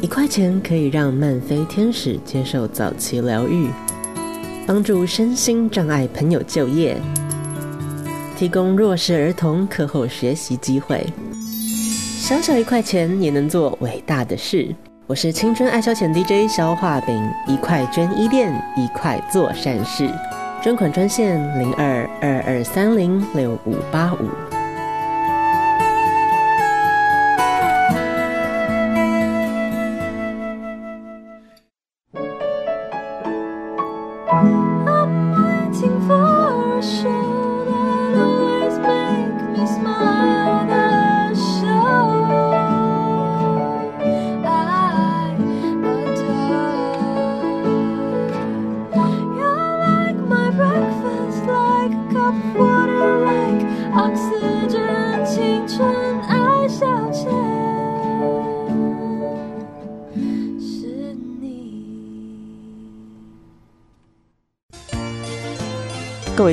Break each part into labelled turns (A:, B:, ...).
A: 一块钱可以让漫飞天使接受早期疗愈，帮助身心障碍朋友就业，提供弱势儿童课后学习机会。小小一块钱也能做伟大的事。我是青春爱消遣 DJ 肖化饼，一块捐一店，一块做善事。捐款专线零二二二三零六五八五。
B: waiting for a show that always make me smile. That show I adore. You're like my breakfast, like a cup of water, like oxygen, 青春爱消遣。是你。
C: 各位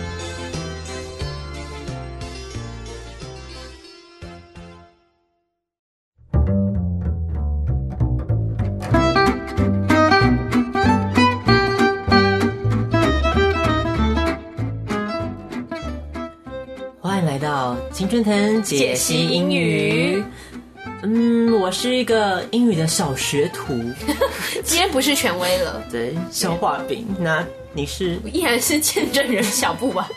A: 欢迎来到青春藤解析英语。嗯，我是一个英语的小学徒，
D: 今天不是权威了，
A: 对，消化饼。那你是？
D: 依然是见证人小布吧？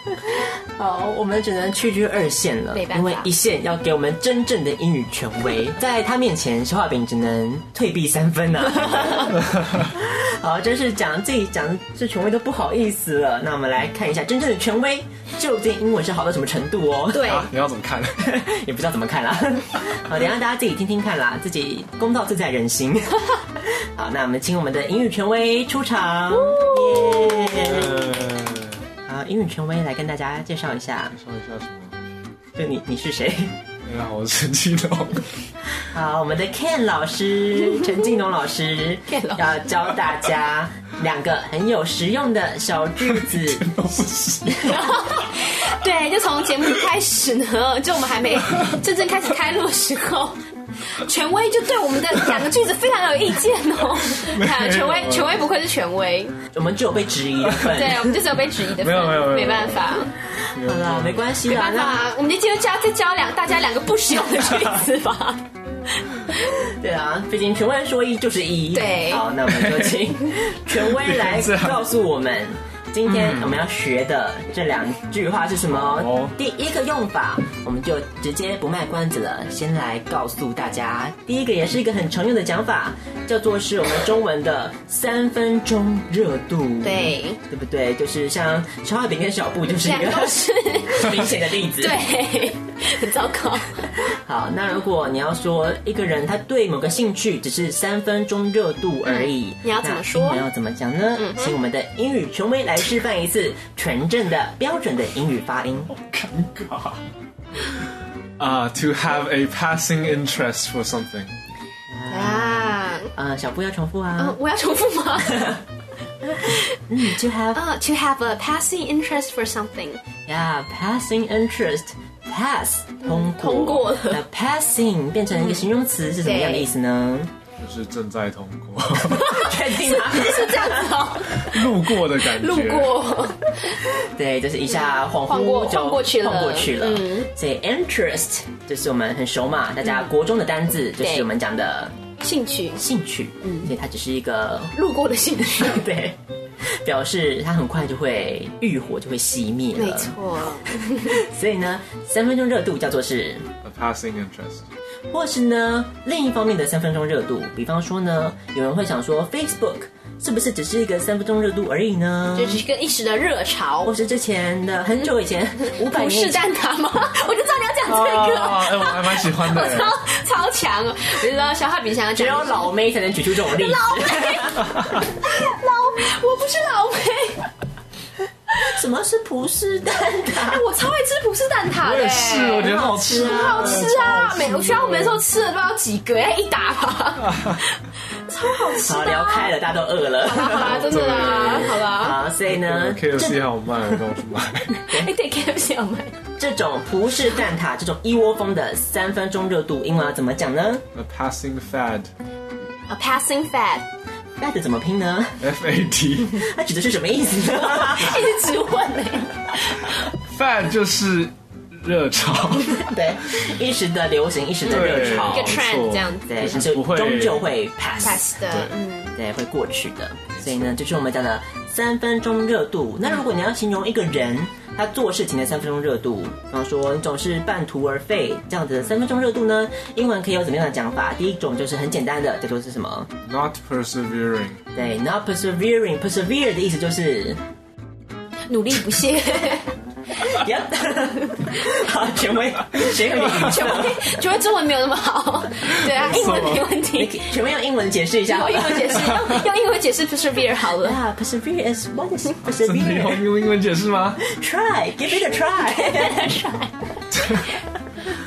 A: 好，我们只能屈居二线了
D: 没，办法
A: 因为一线要给我们真正的英语权 威，在他面前，消化饼只能退避三分 呐、啊。好，真是讲自己讲这权威都不好意思了。那我们来看一下真正的权威究竟英文是好到什么程度哦。
D: 对，
E: 啊，你要怎么看？
A: 也不知道怎么看啦。 好，等一下大家自己听听看啦，自己公道自在人 心。好，那我们请我们的英语权威出场。耶！好，英语权威来跟大家介绍一下，
E: 说一下什么？
A: 就你你是谁？
E: 你好，我是陈继龙。
A: 好，我们的 Ken 老 师，陈金龙老师
D: Ken 老师
A: 要教大家两个很有实用的小句 子。
D: 对，就从节目开始呢，就我们还没真正开始开录的时候。权威就对我们的两个句子非常有意见 哦，啊权威权威不愧是权威，
A: 我们只有被质疑的份。
D: 对，我们就只有被质疑的份，
E: 没有没有没有
D: 没办法，
A: 好啦，哦没关系
D: 没
A: 啦。
D: 办
A: 那
D: 法，我们就今天教再教两大家两个不实用的句子吧。
A: 对啊，毕竟权威说一就是一。
D: 对
A: 好，那我们就请权威来告诉我们，今天我们要学的这两句话是什么？
E: 哦
A: 第一个用法，我们就直接不卖关子了，先来告诉大家，第一个也是一个很常用的讲法，叫做是我们中文的三分钟热度。
D: 对。
A: 对不对？就是像小画饼跟小布就是一
D: 两
A: 个
D: 个都是
A: 明显的例子。
D: 对，很糟糕。
A: 好，那如果你要说一个人他对某个兴趣只是三分钟热度而已，
D: 嗯你要怎么说嗯
A: 那英文要怎么讲呢？请我们的英语权威来示范一次纯正的标准的英语发音。
E: 尴尬。啊、t o have a passing interest for something，
D: 啊，
A: 呃，小布要重复啊
D: 嗯，。我要重复 吗？
A: 嗯，to have
D: 啊、t o have a passing interest for something，
A: yeah passing interest。pass 通过，
D: 通过了
A: 那 passing 变成一个形容词是什么样的意思呢？
D: 嗯
E: 就是正在通过，
A: 确定吗？
D: 是这样子哦，
E: 路过的感觉。
D: 路。过，
A: 对，就是一下恍惚
D: 晃过
A: 就
D: 晃过去了
A: 晃过去了。
D: 嗯
A: 所以 interest 就是我们很熟嘛，大家国中的单字就是
D: 对
A: 我们讲的
D: 兴趣，
A: 兴趣，嗯，所以它只是一个
D: 路过的兴 趣，
A: 对，表示它很快就会欲火就会熄灭了。
D: 没，错，
A: 所以呢，三分钟热度叫做是，
E: A passing interest，
A: 或是呢另一方面的三分钟热度，比方说呢，有人会想说 Facebook 是不是只是一个三分钟热度而已呢？
D: 就只是个一时的热潮
A: 或。是之前的很久以 前，五百
D: 不
A: 年以
D: 是
A: 前，
D: 蛋挞吗？ 我就知道你要讲
E: 啊，
D: 这个，
E: 哎、我还蛮喜欢的。
D: 我 超超强哦！我就知道小画饼想要
A: 只
D: 讲，
A: 有老妹才能举出这种例子。
D: 老，我不是老妹，
A: 什么是葡式蛋
D: 哎
A: 挞？，
D: 我超爱吃葡式蛋挞的、
E: 我也是，我觉得好吃，
D: 很好吃啊！
E: 超
D: 每我学校我们那时候吃了不知道几个，哎，一打吧， 超好吃
A: 好，
D: 的、
A: 聊
D: 啊。
A: 开了，大家都饿了。
D: 好啦，真的啦，好啦，
A: 好，所以呢，这
E: KFC 好卖，我都不买。
D: 哎，对 KFC 要买，
A: 这种葡式蛋挞，这种一窝蜂的三分钟热度，英文要怎么讲呢
E: A passing fad,
D: A passing fad，
A: ？fad 怎么拼呢？
E: F A D,
A: 它指的是什么意思 呢？
D: 一直直问呢、
E: fad 就是热潮，
A: 对，一时的流行，一时的热
E: 对，
A: 潮
D: 一，个 trend 这样子
A: 对，
E: 就是
A: 就
E: 不会
A: 终究会 pass，
D: pass 的，嗯，
A: 对，会过去的。所以呢，就是我们讲的三分钟热度。那如果你要形容一个人他做事情的三分钟热度，比方说你总是半途而废这样子的三分钟热度呢，英文可以有怎么样的讲法？第一种就是很简单的，叫做是什么？
E: Not persevering.
A: 对，not persevering。persevere 的意思就是，
D: 努力不 懈，
A: y 好，权威，权威，
D: 全会全会中文没有那么好，对啊，英文没问题。
A: 权威用英文解释一
D: 然
A: 下好了。
D: 后英文解释，用用英文解释 persevere 好了。
A: 啊，persevere is what is
E: 真的用
A: persevere？Try,
E: 用英文解释吗
A: give it a try 。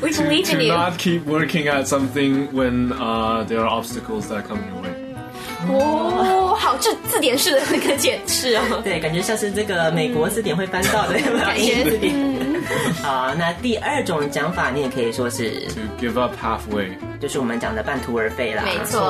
D: We
E: ？To
D: believe
E: to
D: in you。
E: not keep working at something when uh, there are obstacles that come your way.
D: 哦，好，这字典式的那个解释哦。
A: 对，感觉像是这个美国字典会翻 到的
D: 感
A: 英
D: 觉嗯
A: 语字典。 好，那第二种讲法，你也可以说是，
E: To give up halfway.
A: 就是我们讲的半途而废啦。
D: 没错，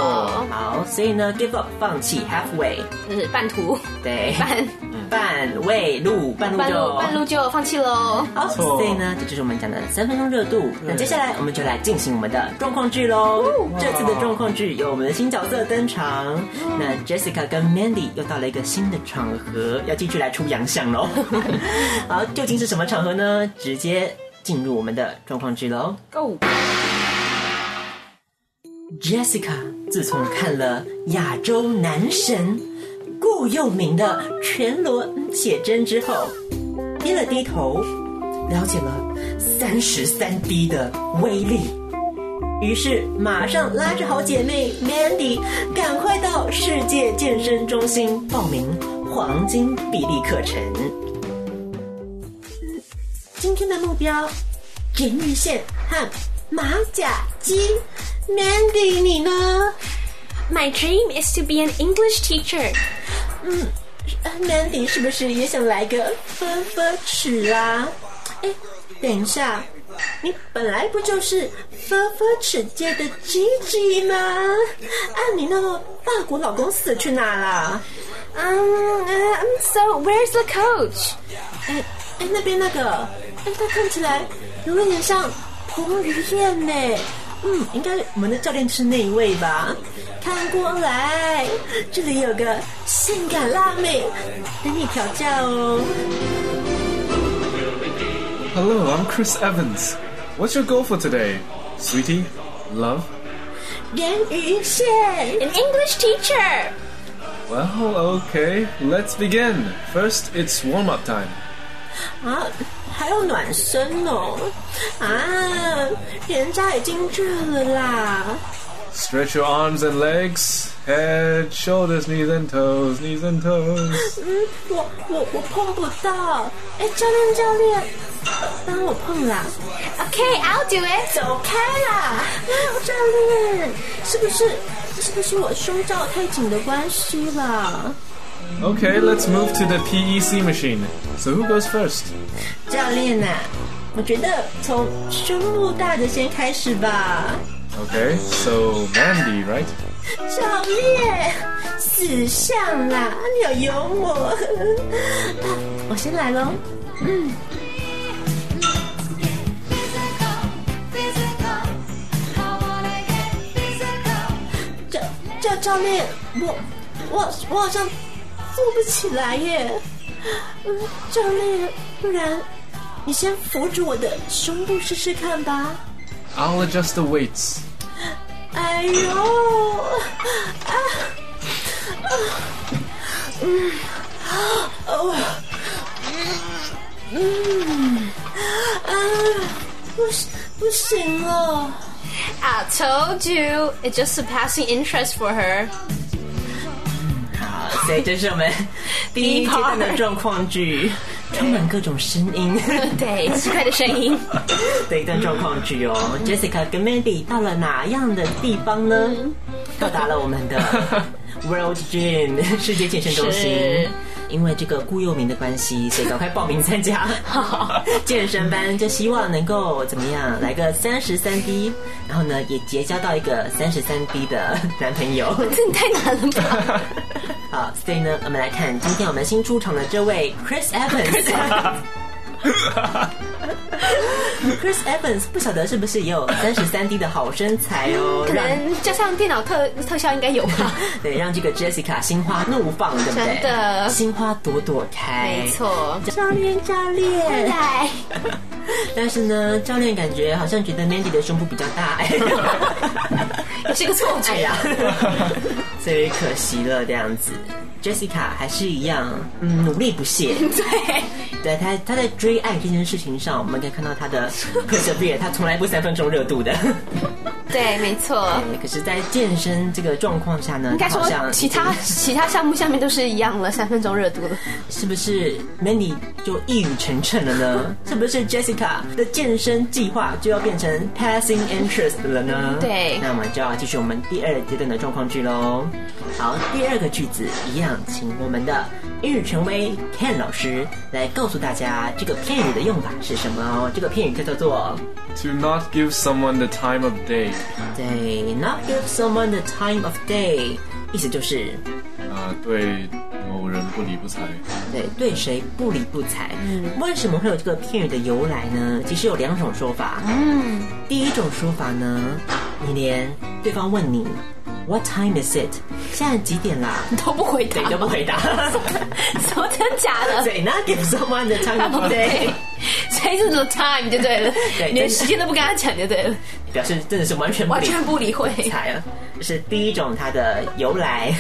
A: 好，所以呢，give up 放弃，halfway
D: 就是半途
A: 对，
D: 半
A: 半位路，半路
D: 半
A: 就
D: 路半路就放弃喽。
A: 好，所以呢，这就是我们讲的三分钟热度。那接下来我们就来进行我们的状况剧喽。这次的状况剧有我们的新角色登场，那 Jessica 跟 Mandy 又到了一个新的场合，要继续来出洋相喽。好，究竟是什么场合呢？直接进入我们的状况剧喽。
D: Go！
A: Jessica 自从看了亚洲男神顾佑明的全裸写真之后，低了低头，了解了三十三 D 的威力，于是马上拉着好姐妹 Mandy 赶快到世界健身中心报名黄金比例课程。今天的目标人鱼线和马甲肌。Mandy，你呢？
D: My dream is to be an English teacher。
A: 呃 Mandy 是不是也想来个分分尺啊？哎，等一下，你本来不就是分分尺界的 Gigi 吗？啊，你那个法国老公死去哪啦？
D: 嗯嗯，So where's the coach？
A: 哎哎，那边那个，哎，他看起来有一点像彭于晏呢。嗯，应该我们的教练是那一位吧？看过来，这里有个性感辣妹等你调教哦。
E: Hello, I'm Chris Evans. What's your goal for today, sweetie? Love?
A: 人鱼线。
D: An English teacher。
E: Well, okay. Let's begin. First, it's warm up time.
A: 啊，还有暖身哦！啊，人家已经热了啦。
E: Stretch your arms and legs, head, shoulders, knees and toes, knees and toes.
A: 嗯，我我我碰不到。哎，教练教练，帮我碰啦！
D: Okay，I'll do it。
A: 走开啦！啊，教练，是不是是不是我胸罩太紧的关系啦？
E: Okay, let's move to the PEC machine. So who goes first?
A: 教练呐、我觉得从胸部大的先开始吧。
E: Okay, so Mandy, right?
A: 小叶，死相啦！你有幽 默。啊我先来嗯喽。教教教练，我我我好像做不起来耶。嗯，教练，不然你先扶住我的胸部试试看吧。
E: I'll adjust the weights.
A: 哎呦，啊，嗯，哦，嗯，啊，不行，不行了。
D: I told you, it's just a passing interest for her. E
A: 所以这是我们第一阶段的状况剧，充满各种声音。
D: 对，奇怪的声音。
A: 的一段状况剧哦。Jessica 跟 Mandy 到了哪样的地方呢？到达了我们的 World Gym 世界健身中心
D: 是。
A: 因为这个顾佑明的关系，所以赶快报名参加 健身班，就希望能够怎么样来个三十三 D，然后呢也结交到一个三十三 D 的男朋友。
D: 这太难了吧？
A: 好，所以呢，我们来看今天我们新出场的这位 Chris Evans。Chris Evans 不晓得是不是也有三十三 D 的好身材哦，
D: 嗯可
A: 让
D: 能加上电脑特特效应该有 吧。
A: 对让这个 Jessica 心花怒放，对不对？
D: 真的
A: 心花朵朵开，
D: 没。错，
A: 教练，教练，
D: 来，
A: 但是呢，教练感觉好像觉得 Mandy 的胸部比较大，哎，
D: 也 是个错觉啊
A: 哎呀，所以可惜了这样子。Jessica 还是一样，嗯，努力不懈。
D: 对，
A: 对他，他在追爱这件事情上，我们可以看到他的 persevere，他从来不三分钟热度的。
D: 对，没错。
A: 对 可是，在健身这个状况下呢，
D: 应该
A: 他好像
D: 说，其
A: 已
D: 他
A: 经
D: 其他项目下面都是一样了，三分钟热度了。
A: 是不是 Mandy 就一语成谶了呢？
D: 嗯
A: 是不是 Jessica 的健身计划就要变成 passing interest 了呢？
D: 对
A: 那我们就要继续我们第二阶段的状况句喽。好，第二个句子一样，请我们的英语权威 Ken 老师来告诉大家这个片语的用法是什么哦。这个片语就叫做
E: To not give someone the time of day，
A: 对，not give someone the time of day，意思就是
E: 啊、对某人不理不睬。
A: 对对谁不理不睬。
D: 嗯
A: 为什么会有这个片语的由来呢？其实有两种说法。嗯，第一种说法呢，你连对方问你 What time is it？现在几 点啦？
D: 都不回答
A: 你，都不回 答。
D: 什么真假的？
A: 对，not give someone the time of day，
D: 对，所以是 the time 就对了，
A: 对
D: 连
A: 真的
D: 时间都不跟他讲就对了，
A: 表示真的是完全不
D: 完
A: 理
D: 全不理会，
A: 不睬啊。这是第一种它的由来。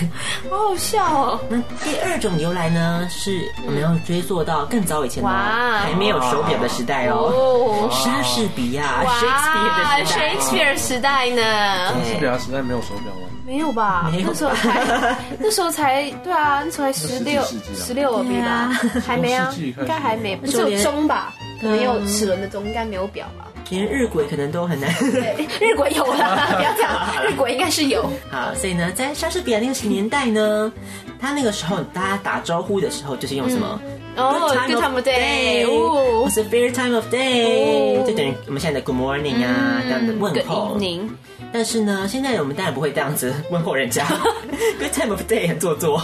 D: 好好笑哦。
A: 那第二种由来呢，是我们要追溯到更早以前哦，
D: 哇
A: 还没有手表的时代哦，
D: 哦，
A: 莎士比亚
D: 哇
A: Shakespeare 的时代哦。
D: ，Shakespeare 时代呢？
E: 莎士比亚时代没有手表吗？
D: 没有吧？
A: 没有吧
D: 那时候 才，那时候才对啊，那时候才十六
E: 世纪啊
D: 十六币吧，还没啊
E: 从世纪，开始
D: 应该还没，不是
A: 就
D: 有
A: 连
D: 钟吧？可能有齿轮的钟，应该没有表吧？
A: 连日晷可能都很难。
D: 对，日晷有 啦，不要这样，日晷应该是有。
A: 好，所以呢，在莎士比亚那个年代呢，他那个时候大家打招呼的时候就是用什么？
D: 哦
A: Good
D: ，Good
A: time
D: time
A: of
D: of day，哦
A: 或是 fair time of day，
D: 哦
A: 就等于我们现在的 good morning 啊这样的问候
D: 嗯 Good。evening，
A: 但是呢，现在我们当然不会这样子问候人家 ，good time of day 很做作。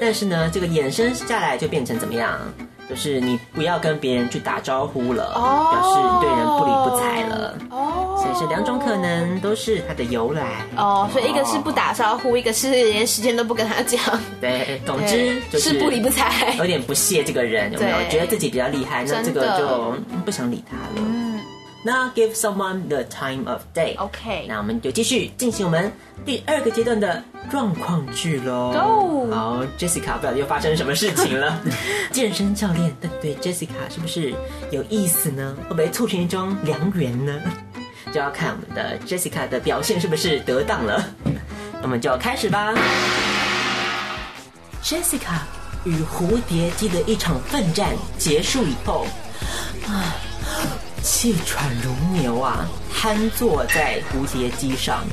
A: 但是呢，这个衍生下来就变成怎么样？就是你不要跟别人去打招呼了，
D: 哦
A: 表示对人不理不睬了。
D: 哦，
A: 所以是两种可能，都是它的由来。
D: 哦，所以一个是不打招呼，一个是连时间都不跟他讲，
A: 对，总之
D: 对
A: 就是哎
D: 是不理不睬
A: 有点不屑这个人，有没有？
D: 对
A: 觉得自己比较厉害，那
D: 真
A: 这
D: 的
A: 个就不想理他了。嗯，那 give someone the time of day。
D: OK
A: 那我们就继续进行我们第二个阶段的状况剧喽。
D: Go
A: 好，Jessica 不知道又发生什么事情了。健身教练对对 Jessica 是不是有意思呢？会不会促成一桩良缘呢？就要看我们的 Jessica 的表现是不是得当了。我们就开始吧。Jessica 与蝴蝶姬的一场奋战结束以后，啊，气喘如牛啊，瘫坐在蝴蝶姬上，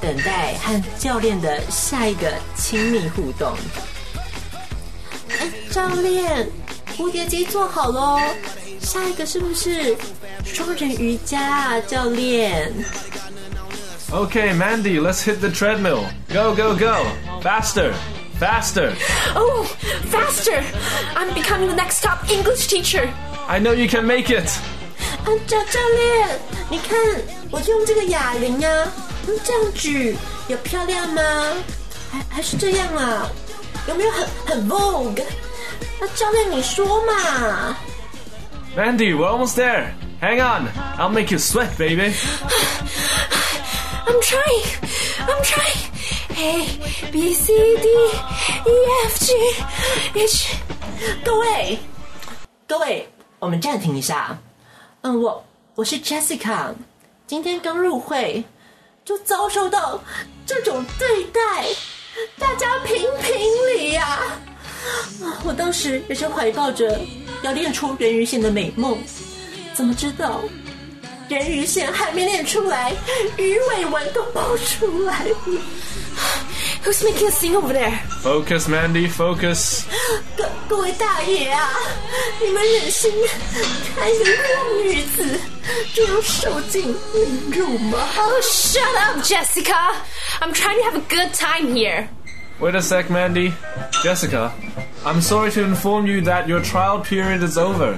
A: 等待和教练的下一个亲密互动。 哎，教练，蝴蝶姬做好喽，下一个是不是双人瑜伽啊，教练？
E: Okay, Mandy, let's hit the treadmill. Go, go, go. Faster, faster.
D: Oh, faster! I'm becoming the next top English teacher.
E: I know you can make it.
A: 啊，教教练，你看，我就用这个哑铃啊，嗯这样举有漂亮吗？还还是这样啊？有没有很很 vogue？那教练你说嘛？
E: Mandy, we're almost there. Hang on. I'll make you sweat, baby.
D: I'm trying. I'm trying. A B C D E F G H。
A: 各位，各位，我们暂停一下。嗯，我我是 Jessica，今天刚入会，就遭受到这种对待，大家评评理呀、啊！我当时也是怀抱着要练出人鱼线的美梦，怎么知道？人鱼线还没练出来，鱼尾纹都冒出来了。
D: Who's making a scene over there？
E: Focus, Mandy, focus.
A: 各各位大爷啊，你们忍心看一个弱女子这样受尽凌辱吗？
D: Oh, shut up, Jessica! I'm trying to have a good time here.
E: Wait a sec, Mandy. Jessica, I'm sorry to inform you that your trial period is over.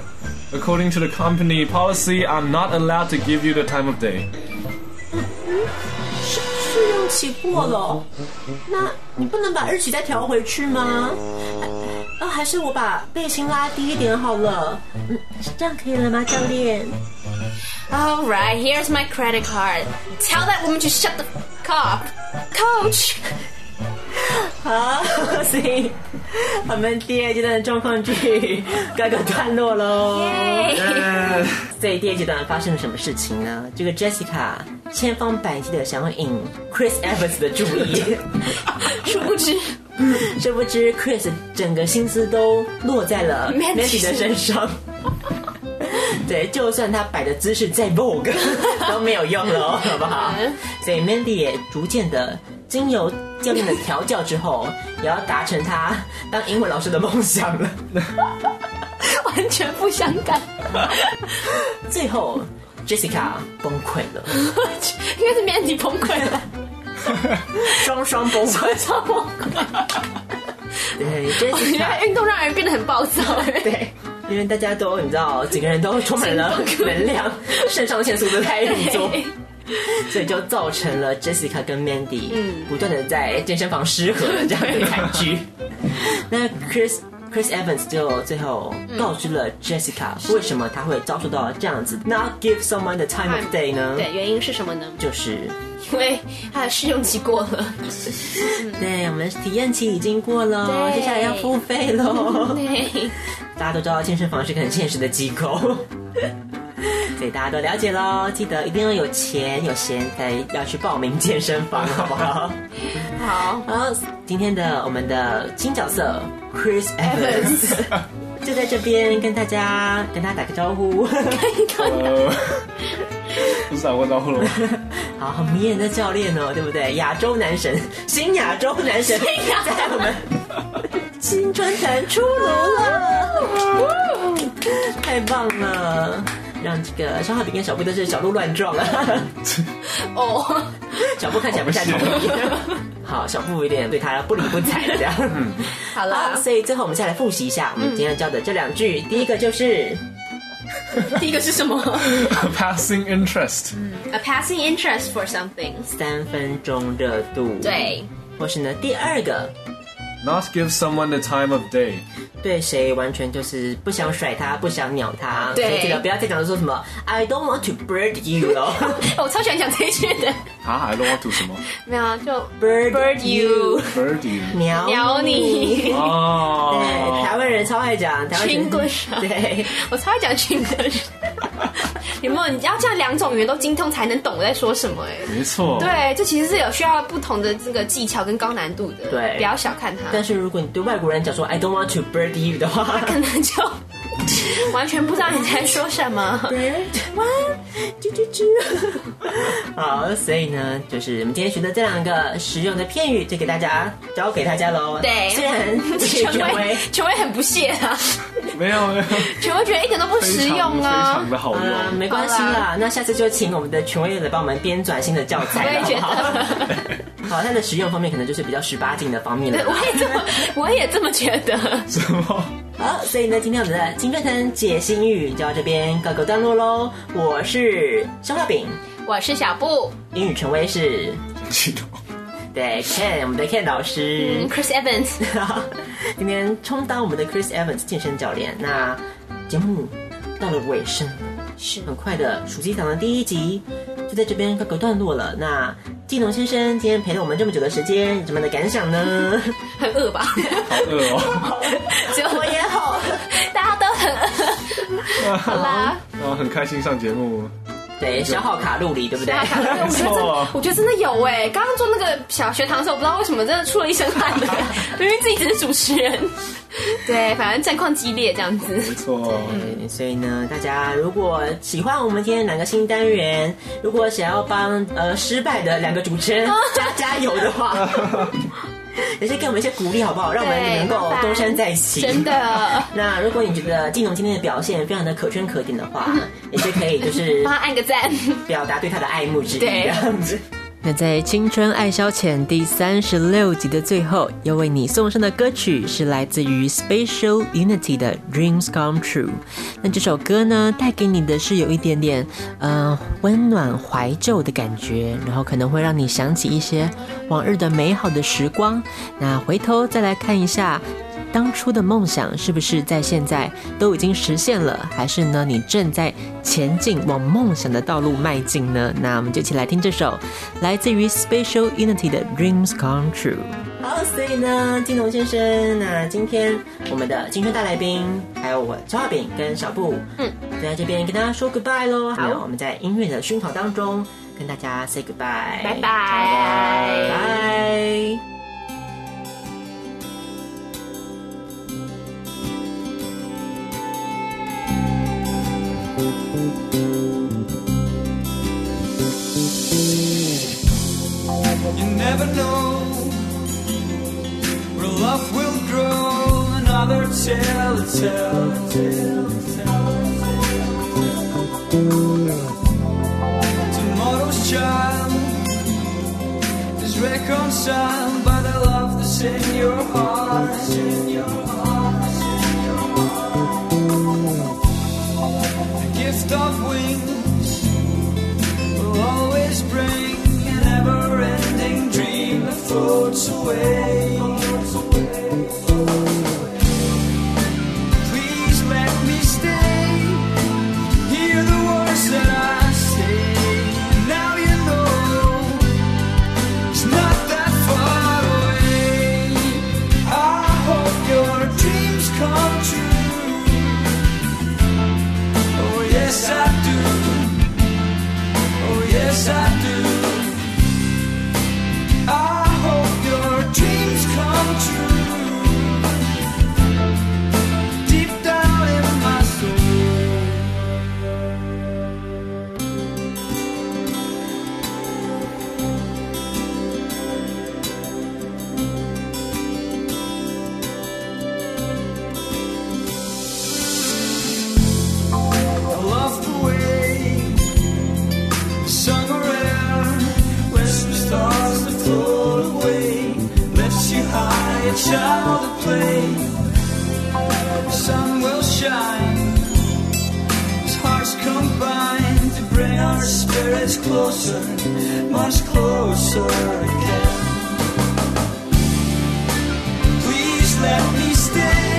E: According to the company policy, I'm not allowed to give you the time of day.
A: 试试用期过了，那你不能把日期再调回去吗？啊，还是我把背心拉低一点好了。嗯，是这样可以了吗，教练？
D: All right, here's my credit card. Tell that woman to shut the f- up. Coach,
A: 好，所以我们第二阶段的状况剧告一个段落喽。 所以第二阶段发生了什么事情呢？这个 Jessica 千方百计的想要引 Chris Evans 的注意，
D: 殊不 知
A: 殊不知 Chris 整个心思都落在了
D: Mandy
A: Mandy 的身上。对，就算他摆的姿势再 Vogue 都没有用了哦，好不好？所以 Mandy 也逐渐的经由教练的调教之后， 也要达成他当英文老师的梦想了。
D: 完全不相干，
A: 最后 Jessica 崩溃了，
D: 应该是 Mandy 崩溃了，
A: 双双崩溃。
D: 超崩溃。
A: 对
D: 原
A: ，Jessica
D: 来运动让人变得很暴躁。
A: 对，因为大家都你知道，整个人都充满了能量，肾上腺素都开始运作，所以就造成了 Jessica 跟 Mandy
D: 嗯
A: 不断的在健身房失和的这样的惨剧。那 Chris。Chris Evans 就最后
D: 嗯
A: 告知了 Jessica 为什么他会遭受到这样子 not give someone the time of day 呢？
D: 对，原因是什么呢？
A: 就是
D: 因为他的试用期过了。
A: 对我们体验期已经过了，
D: 对
A: 接下来要付费喽。
D: 对，
A: 大家都知道健身房是个很现实的机构， 所以大家都了解喽。记得一定要有钱有闲才要去报名健身房，好不好？
D: 好，
A: 好，今天的我们的新角色 Chris Evans 就在这边跟大家跟他打个招呼。
E: Uh, 不是打过招呼了吗？
A: 好，很迷人的教练哦，对不对？亚洲男神，新亚洲男神，在我们新川团出炉了，太棒了！让这个消化饼跟小布都是小鹿乱撞啊，
D: 哦，
A: 小布看起来不像同意。 好，小布有点对他不理不睬了，这样。
D: 好
A: 好，
D: 啦，
A: 所以最后我们再来复习一下我们今天教的这两句，第一个就是
D: 第一个是什么
E: Passing interest.
D: ？A passing interest for something。
A: 三分钟热度，，
D: 对，
A: 或是呢第二个
E: Not give someone the time of day.
A: 对谁完全就是不想甩他，不想鸟他。
D: 对
A: 所以记得不要再讲说什么 I don't want to bird you 了
D: 我超喜欢讲这一句的。
E: 啊，I don't want to 什么
D: 没有啊，就
A: ，bird
D: bird you
E: birdie
A: 鸟
D: 鸟你。
E: 哦，
A: 对，台湾人超爱讲， 台湾人
D: Chinglish 啊
A: 对，
D: 我超爱讲 Chinglish，有没有？ 你要这样两种语言都精通才能懂我在说什么、哎，
A: 哦
E: 没错，
D: 对，这其实是有需要不同的这个技巧跟高难度的，
A: 对
D: 不要小看它，
A: 但是如果你对外国人讲说 I don't want to bird you 的话
D: 可能就 完全不知道你在说什么。
A: ，bird 啾啾啾。 好，所以呢，就是我们今天学的这两个实用的片语，就给大家交给大家喽。
D: 对
A: 虽然这是权威
D: 威。，权威很不屑啊，
E: 没有没有，
D: 权威觉得一点都不实用啊。
A: 啊、
E: 非常的好用。
A: 没关系啦，那下次就请我们的权威来帮我们编转新的教
D: 我
A: 材
D: 也
A: 了，好
D: 觉
A: 不好？
D: 得，
A: 好，它的实用方面可能就是比较十八禁的方 面了
D: 对，
A: 啦。
D: 我也这么，我也这么觉得。
A: 好，所以呢，今天我们的金砖藤解心语就到这边告个段落喽。我是消化饼，
D: 我是小布，
A: 英语权威是
E: 什么？激动。
A: 对 Ken，我们的 Ken 老师。
D: 嗯，Chris Evans，
A: 今天充当我们的 Chris Evans 健身教练。那节目到了尾声，是很快的暑期档的第一集就在这边告个段落了。那季农先生今天陪了我们这么久的时间，有什么样的感想 呢？
D: 很饿 吧？只有我也好， 大家都很饿。 好啦，
E: 我很开心上节目。
A: 对，消耗卡路里，对不对？
D: 哎我觉得真的，我觉得真的有哎、刚刚做 那个小学堂的时候，我不知道为什么真的出了一身汗的，明明自己只是主持人。对，反正战况激烈这样子。
E: 没错，
A: 对 所以呢，大家如果喜欢我们今天两个新单元，如果想要帮呃失败的两个主持 人加加油的话， 也是给我们一些鼓励好不好？让我们
D: 对
A: 能够
D: 麻烦
A: 东山再起。
D: 真的，
A: 那如果你觉得季农今天的表现非常的可圈可点的话，也是可以就是
D: 帮他按个赞。
A: 表达对他的爱慕之意
D: 对
A: 这样子。
F: 那在《青春爱消遣》第三十六集的最后，要为你送上的歌曲是来自于 Spatial Unity 的《Dreams Come True》。那这首歌呢，带给你的是有一点点呃温暖怀旧的感觉，然后可能会让你想起一些往日的美好的时光。那回头再来看一下。当初的梦想是不是在现在都已经实现了，还是呢你正在前进往梦想的道路迈进呢？那我们就一起来听这首来自于 Spatial Unity 的《Dreams Come True》。
A: 好，所以呢，金龙先生，那今天我们的青春大来宾，还有我邱画饼跟小布，嗯，就在这边跟大家说 goodbye 喽。好，我们在音乐的熏陶当中跟大家 say goodbye，
D: 拜拜
A: 拜拜。
G: You never know where love will grow. Another tale, a tale, a tale, a tale. Tomorrow's child is reconciled by the love that's in your heart. that's in your heart, that's in your heart. The gift of wings will always bring an ever-ending dream that floats away. Please let me stay. Hear the words that I say. Now you know it's not that far away. I hope your dreams come true. Oh yes, I do. Oh yes I do. I hope your dreams come true. Deep down in my soul. I love the way sung around western stars that float away lifts you high a child to play the sun will shine as hearts combine to bring our spirits closer much closer again please let me stay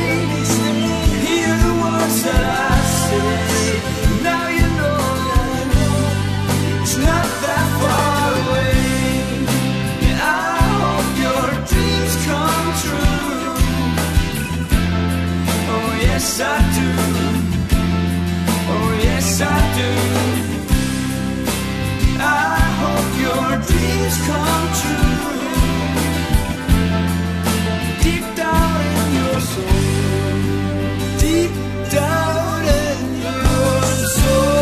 G: hear the words that I say now you know it's not that far away. And I hope your dreams come true. Oh, yes, I do. Oh, yes, I do. I hope your dreams come true. Deep down in your soul. Deep down in your soul.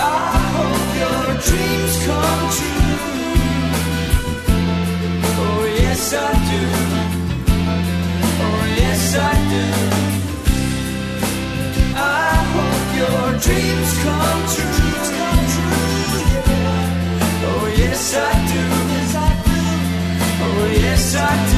G: I hope your dreams come true. Oh yes I do. Oh yes I do. I hope your dreams come true. Oh yes I do. Oh yes I do.